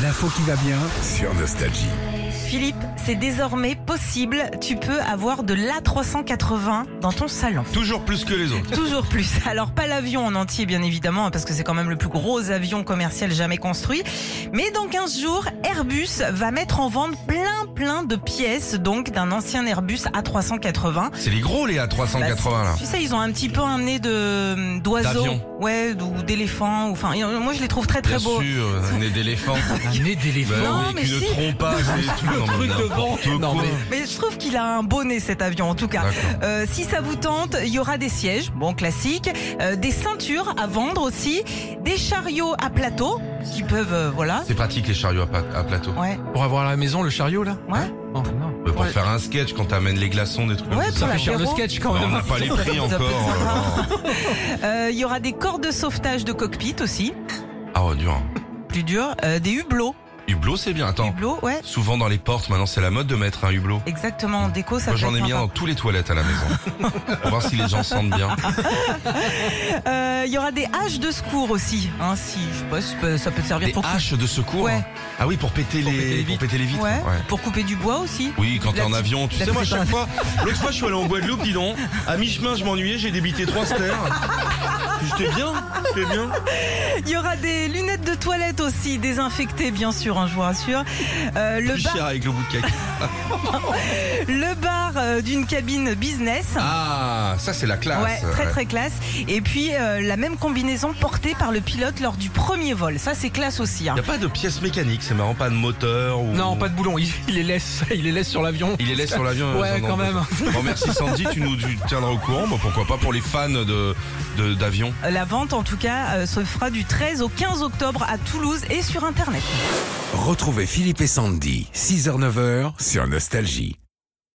L'info qui va bien sur Nostalgie. Philippe, c'est désormais possible, tu peux avoir de l'A380 dans ton salon. Toujours plus que les autres. Toujours plus. Alors pas l'avion en entier bien évidemment, hein, parce que c'est quand même le plus gros avion commercial jamais construit. Mais dans 15 jours, Airbus va mettre en vente plein plein de pièces donc d'un ancien Airbus A380. C'est les gros, les A380 là. Bah, Tu sais, ils ont un petit peu un nez de hum, d'oiseau, D'avion. ouais, d- ou d'éléphant. Ou, enfin, euh, moi je les trouve très très Bien beaux. sûr, euh, un nez d'éléphant. Un nez d'éléphant. Bah Non, oui, mais avec une si. trompage et tout. Non, mais n'importe Non, quoi. mais- Mais je trouve qu'il a un beau nez cet avion en tout cas. D'accord. Euh, si ça vous tente, il y aura des sièges, bon classique, euh, des ceintures à vendre aussi, des chariots à plateau qui peuvent, euh, voilà. C'est pratique les chariots à, pa- à plateau. Ouais, Pour avoir à la maison le chariot là ouais. Oh, non. Pour Ouais. faire un sketch quand t'amènes les glaçons, des trucs Ouais, comme pour ça. Ça la- fait cher le l'apéro. sketch quand on même. n'a pas les prix Ça peut être encore. sympa. Euh, Il y aura des cordes de sauvetage de cockpit aussi, Ah ouais, dur. plus dur, euh, des hublots. Hublot, c'est bien. Attends, Hublots, ouais. souvent dans les portes, maintenant c'est la mode de mettre un hublot. Exactement, en déco, ça Moi peut j'en ai être mis un dans sympa. tous les toilettes à la maison. Pour voir si les gens sentent bien. Ah, Euh, Il y aura des haches de secours aussi, hein, si, je sais pas, ça peut- ça peut te servir Des pour, cou- haches de secours. Ouais. Ah oui, pour péter, les... péter les pour péter les vitres. ouais, Ouais. pour couper du bois aussi. Oui, quand t'es La en petite- avion, tu la sais, moi, à petite- chaque fois, l'autre fois, je suis allé en Guadeloupe, dis donc, à mi-chemin, je m'ennuyais, j'ai débité trois stères. J'étais bien, j'étais bien. Il y aura des lunettes de toilette aussi, désinfectées bien sûr, hein, je vous rassure. Euh, le, Plus bar, cher avec le bout de cake. le bar euh, d'une cabine business. Ah, ça, c'est la Ouais, classe. très très classe. Et puis euh, la même combinaison portée par le pilote lors du premier vol. Ça c'est classe aussi. hein. Y a pas de pièces mécaniques, c'est marrant, pas de moteur ou. Non, pas de boulon. Il, il les laisse, il les laisse sur l'avion. Il les laisse sur l'avion. Ouais, euh, quand même. Bon, merci Sandy, tu nous tu tiendras au courant. Bah, pourquoi pas pour les fans de de- d'avion. La vente en tout cas euh, se fera du 13 au 15 octobre à Toulouse et sur Internet. Retrouvez Philippe et Sandy, 6h-9h sur Nostalgie.